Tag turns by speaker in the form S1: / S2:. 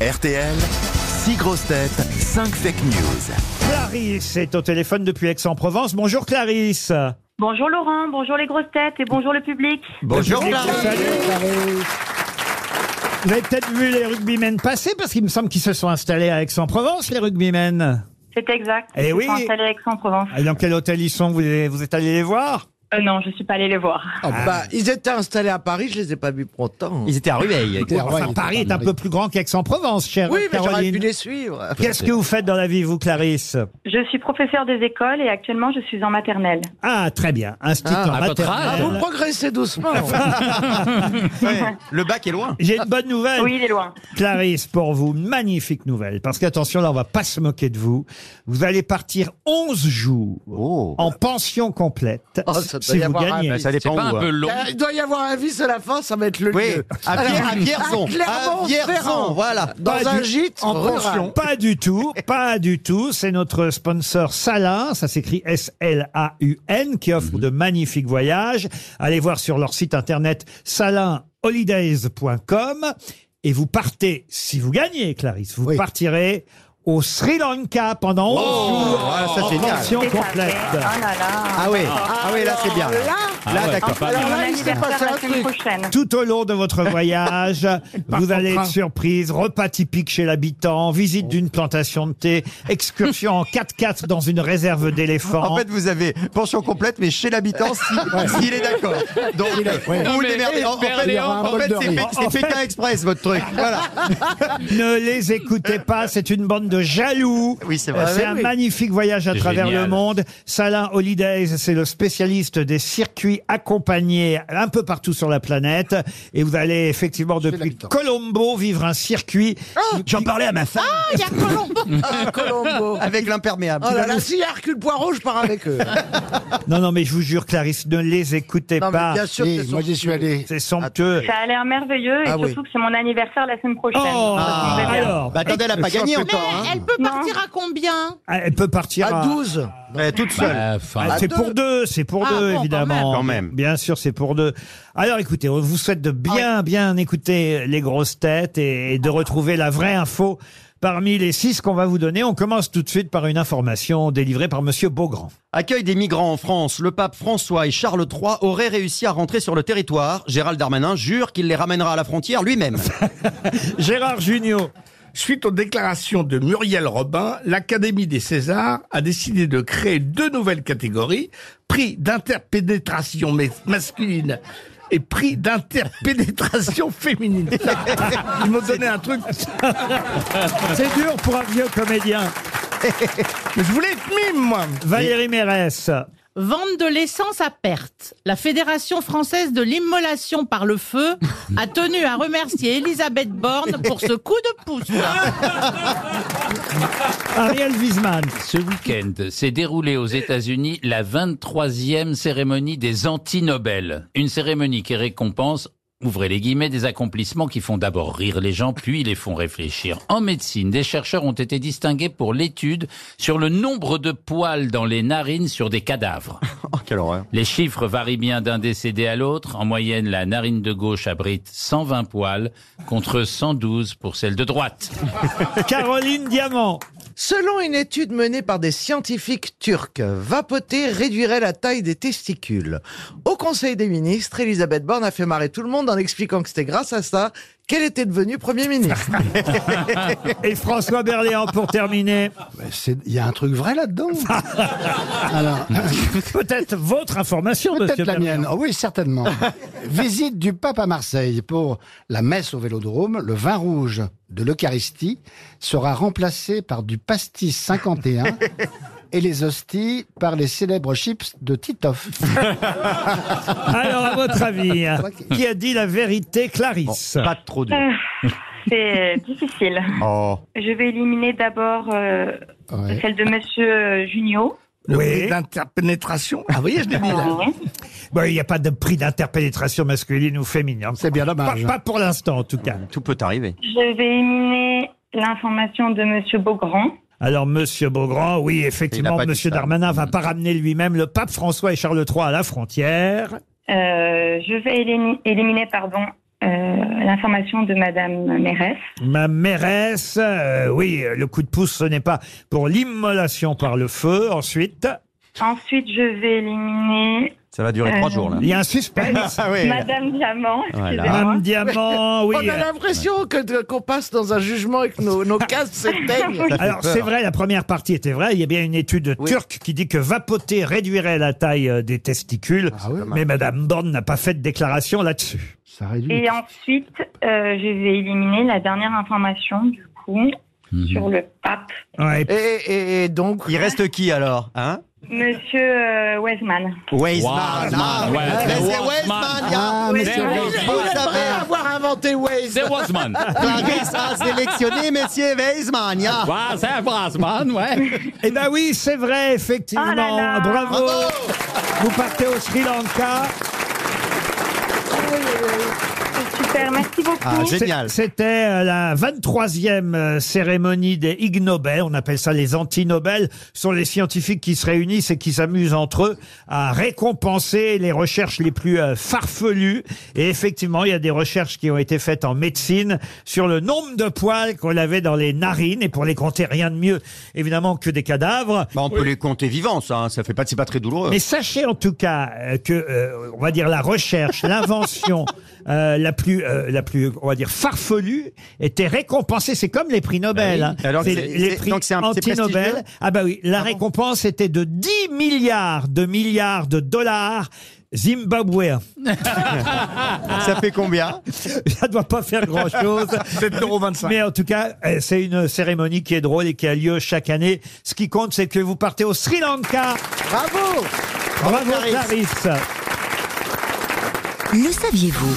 S1: RTL, 6 grosses têtes, 5 fake news.
S2: Clarisse est au téléphone depuis Aix-en-Provence. Bonjour Clarisse.
S3: Bonjour Laurent, bonjour les grosses têtes et bonjour le public.
S2: Bonjour Clarisse. Vous avez peut-être vu les rugbymen passer parce qu'il me semble qu'ils se sont installés à Aix-en-Provence, les rugbymen.
S3: C'est exact.
S2: Eh
S3: je
S2: oui.
S3: suis installée à Aix-en-Provence.
S2: Et dans quel hôtel ils sont vous, les- vous êtes allé les voir
S3: Euh, non, je suis pas allée les voir.
S4: Ah bah, ils étaient installés à Paris, je les ai pas vus pour autant.
S5: Ils étaient à Rueil.
S4: étaient à
S6: Ah
S2: Enfin,
S4: Rouen, ils
S2: Paris
S4: étaient
S2: est
S4: à
S2: un peu plus grand qu'Aix-en-Provence, chère
S4: Oui, mais j'aurais pu
S2: Caroline.
S4: les suivre.
S2: Qu'est-ce que vous faites dans la vie, vous, Clarisse
S3: Je suis professeure des écoles et actuellement je suis en maternelle.
S2: Ah, très bien. Institut
S4: Ah,
S2: en
S5: à votre
S4: Ah,
S5: âge.
S2: maternelle.
S4: vous progressez doucement.
S2: Ah,
S5: Le bac est loin.
S2: J'ai une bonne nouvelle.
S3: Ah Oui, il est loin.
S2: Clarisse, pour vous, magnifique nouvelle. Parce qu'attention, là, on va pas se moquer de vous. Vous allez partir 11 jours en pension complète
S4: Oh, ça doit
S2: si
S4: y
S2: vous
S4: avoir un
S2: gagnez.
S4: avis.
S5: Ça dépend
S7: pas
S5: où,
S7: un peu
S5: hein.
S7: long.
S6: Euh,
S4: Il doit y avoir un vice à la fin, ça va être le
S5: Oui,
S4: lieu.
S5: à,
S4: Alors,
S5: Pierre, à Pierrezon.
S4: à Clermont-Ferrand.
S5: À Pierrezon, voilà.
S4: Dans
S2: Pas
S4: un
S2: du-
S4: gîte
S2: en
S4: rural.
S2: pension. Pas du tout, pas du tout. C'est notre sponsor Salin, ça s'écrit S-L-A-U-N, qui
S4: Mhm.
S2: offre de magnifiques voyages. Allez voir sur leur site internet salinholidays.com et vous partez, si vous gagnez, Clarisse, vous
S4: Oui. Oh,
S2: partirez au Sri Lanka pendant 11 jours
S5: ah, ça,
S2: en
S5: c'est génial.
S2: pension
S3: C'est ça,
S2: complète.
S3: mais- Oh là là.
S5: Ah oui, ah oui, là c'est bien. Là,
S2: Ah
S5: Là, d'accord.
S3: C'est
S4: alors
S3: mon
S4: là, il s'est
S3: anniversaire
S4: passé un
S3: la semaine
S4: truc.
S3: prochaine.
S2: Tout au long de votre voyage, vous allez être surprise, repas typique chez l'habitant,
S5: Oh.
S2: visite d'une plantation de thé, excursion en 4x4 dans une réserve d'éléphants.
S5: En fait, vous avez pension complète, mais chez l'habitant, si- s'il est d'accord. Donc, vous vous
S7: mais-
S5: démerdez. En, en fait,
S7: Berléand,
S5: en fait, c'est Pé- c'est Pékin Express, votre truc. Voilà.
S2: ne les écoutez pas, c'est une bande de jaloux.
S5: Oui, c'est
S2: Euh,
S5: vrai.
S2: C'est un magnifique voyage à
S7: C'est
S2: travers
S7: génial.
S2: le monde. Salin Holidays, c'est le spécialiste des circuits accompagnés un peu partout sur la planète. Et vous allez effectivement depuis
S4: l'habitant.
S2: Colombo vivre un circuit.
S5: J'en parlais à ma femme
S4: Ah, Colombo.
S5: avec l'imperméable.
S4: Oh là là, si Hercule Poirot, je pars avec eux.
S2: Non, non, mais je vous jure, Clarisse, ne les écoutez
S4: Non, mais
S2: pas.
S4: bien sûr, que
S6: moi j'y suis allé.
S2: C'est somptueux.
S3: Ça a l'air merveilleux et
S4: Ah oui.
S3: surtout que c'est mon anniversaire la semaine prochaine.
S2: Oh,
S3: Ça
S8: Ah.
S3: tombe bien.
S2: alors,
S5: Bah, attendez, elle n'a pas gagné encore. hein.
S8: Elle peut
S3: Non.
S8: partir à combien
S2: Ah, elle peut partir à-
S4: à 12.
S5: Euh, toute seule.
S7: Bah, enfin,
S2: Ah, c'est
S4: deux.
S2: pour deux, c'est pour
S8: Ah,
S2: deux,
S8: bon, quand
S2: évidemment.
S8: même.
S5: Quand même.
S2: Bien sûr, c'est pour deux. Alors écoutez, on vous souhaite de
S8: Ah
S2: bien, bien écouter les grosses têtes et, et de retrouver la vraie info parmi les six qu'on va vous donner. On commence tout de suite par une information délivrée par Monsieur Beaugrand.
S5: Accueil des migrants en France. Le pape François et Charles III auraient réussi à rentrer sur le territoire. Gérald Darmanin jure qu'il les ramènera à la frontière lui-même.
S2: Gérard Junior.
S6: Suite aux déclarations de Muriel Robin, l'Académie des Césars a décidé de créer deux nouvelles catégories, prix d'interpénétration mes- masculine et prix d'interpénétration féminine. Ils m'ont donné un truc,
S2: C'est dur pour un vieux comédien.
S6: mais je voulais être mime, moi.
S2: Valérie Mérès.
S8: Vente de l'essence à perte. La Fédération française de l'immolation par le feu a tenu à remercier Elisabeth Borne pour ce coup de pouce.
S2: Ariel Wiesman.
S7: ce week-end s'est déroulée aux États-Unis la 23e cérémonie des anti-Nobel. Une cérémonie qui récompense ouvrez les guillemets, des accomplissements qui font d'abord rire les gens, puis les font réfléchir. En médecine, des chercheurs ont été distingués pour l'étude sur le nombre de poils dans les narines sur des cadavres.
S5: Oh, quelle horreur.
S7: Les chiffres varient bien d'un décédé à l'autre. En moyenne, la narine de gauche abrite 120 poils contre 112 pour celle de droite.
S2: Caroline Diamant.
S4: Selon une étude menée par des scientifiques turcs, vapoter réduirait la taille des testicules. Au Conseil des ministres, Elisabeth Borne a fait marrer tout le monde en expliquant que c'était grâce à ça qu'elle était devenue Premier ministre.
S2: Et François Berléand pour terminer.
S6: Il y a un truc vrai là-dedans.
S2: Peut-être votre information, monsieur
S6: Peut-être la
S2: Berléand.
S6: mienne. Oh oui, certainement. Visite du pape à Marseille pour la messe au Vélodrome. Le vin rouge de l'Eucharistie sera remplacé par du pastis 51 et les hosties par les célèbres chips de Titoff.
S2: Alors, à votre avis, qui a dit la vérité, Clarisse
S5: Pas trop dur.
S3: C'est euh, difficile.
S5: Oh.
S3: Je vais éliminer d'abord euh,
S6: Ouais.
S3: celle de Monsieur euh, Junio.
S6: Le
S2: Oui.
S6: prix d'interpénétration. Ah, vous voyez, je l'ai dit là.
S3: Oui.
S2: Bon, il n'y a pas de prix d'interpénétration masculine ou féminine.
S6: C'est bien
S2: Pas,
S6: dommage.
S2: pas pour l'instant, en tout cas.
S5: hein. Tout peut arriver.
S3: Je vais éliminer l'information de Monsieur Beaugrand.
S2: Alors, Monsieur Beaugrand, oui, effectivement,
S5: Il a pas dit
S2: Monsieur
S5: ça. Mm.
S2: Darmanin va pas ramener lui-même le pape François et Charles III à la frontière.
S3: Euh, je vais élim- éliminer pardon l'information de Madame Mérès.
S2: Ma mairesse, euh, oui, le coup de pouce, ce n'est pas pour l'immolation par le feu. Ensuite,
S3: Ensuite, je vais éliminer
S5: Ça va durer
S3: Euh,
S5: trois jours là.
S2: il y a un suspense.
S5: Ah oui.
S3: Madame Diamant.
S5: Voilà.
S3: excusez-moi.
S2: Madame Diamant,
S5: Oh
S2: oui.
S4: On a l'impression que- qu'on passe dans un jugement et que nos, nos cases s'éteignent.
S5: Ça fait
S2: Alors
S5: peur.
S2: c'est vrai, la première partie était vraie. Il y a bien une étude
S4: Oui.
S2: turque qui dit que vapoter réduirait la taille euh, des testicules.
S5: Ah
S2: mais Madame Borne n'a pas fait de déclaration là-dessus.
S6: Ça réduit.
S3: Et ensuite, euh, je vais éliminer la dernière information, du coup,
S7: Mhm.
S3: sur le pape.
S2: Ouais,
S4: Et, et- et donc,
S5: Il reste qui alors hein
S3: Monsieur euh, Weisman.
S5: Weizmann.
S7: Weizmann, Ah, ouais.
S5: Mais c'est
S7: Weizmann.
S5: Weizmann, il y a-
S9: Ah, mais c'est
S7: There
S9: vrai.
S7: was
S4: vous
S7: man.
S4: savez avoir inventé Waze.
S7: There was man.
S5: Clarisse a sélectionné Monsieur Weizmann. il y a-
S7: Ouais, there was man, ouais.
S2: Eh ben oui, c'est vrai, effectivement.
S3: Oh là là.
S2: Bravo.
S5: Bravo.
S2: Vous partez au Sri Lanka.
S3: C'est super, merci beaucoup.
S5: Ah, j'ai- Génial.
S2: C'est- C'était euh, la 23e euh, cérémonie des Ig Nobel. On appelle ça les anti-Nobel. Ce sont les scientifiques qui se réunissent et qui s'amusent entre eux à récompenser les recherches les plus euh, farfelues. Et effectivement, il y a des recherches qui ont été faites en médecine sur le nombre de poils qu'on avait dans les narines. Et pour les compter, rien de mieux, évidemment, que des cadavres.
S5: Bah, on peut les compter vivants, ça. hein. Ça fait pas, c'est pas très douloureux.
S2: Mais sachez en tout cas euh, que, euh, on va dire, la recherche, l'invention euh, la plus, euh, la plus, on va dire, farfelue était récompensée. C'est comme les prix Nobel.
S5: Bah
S2: hein.
S5: oui. Alors que
S2: C'est
S5: c'est-
S2: les
S5: c'est-
S2: prix
S5: donc c'est un- c'est prestigieux
S2: anti-Nobel. Ah bah oui, la
S5: Ah bon
S2: récompense était de 10 milliards de milliards de dollars zimbabwéens.
S5: Ça fait combien
S2: Ça doit pas faire grand-chose.
S6: 7,25
S2: Mais en tout cas, euh, c'est une cérémonie qui est drôle et qui a lieu chaque année. Ce qui compte, c'est que vous partez au Sri Lanka.
S4: Bravo
S2: Bravo,
S4: Clarisse.
S2: Clarisse.
S9: Le saviez-vous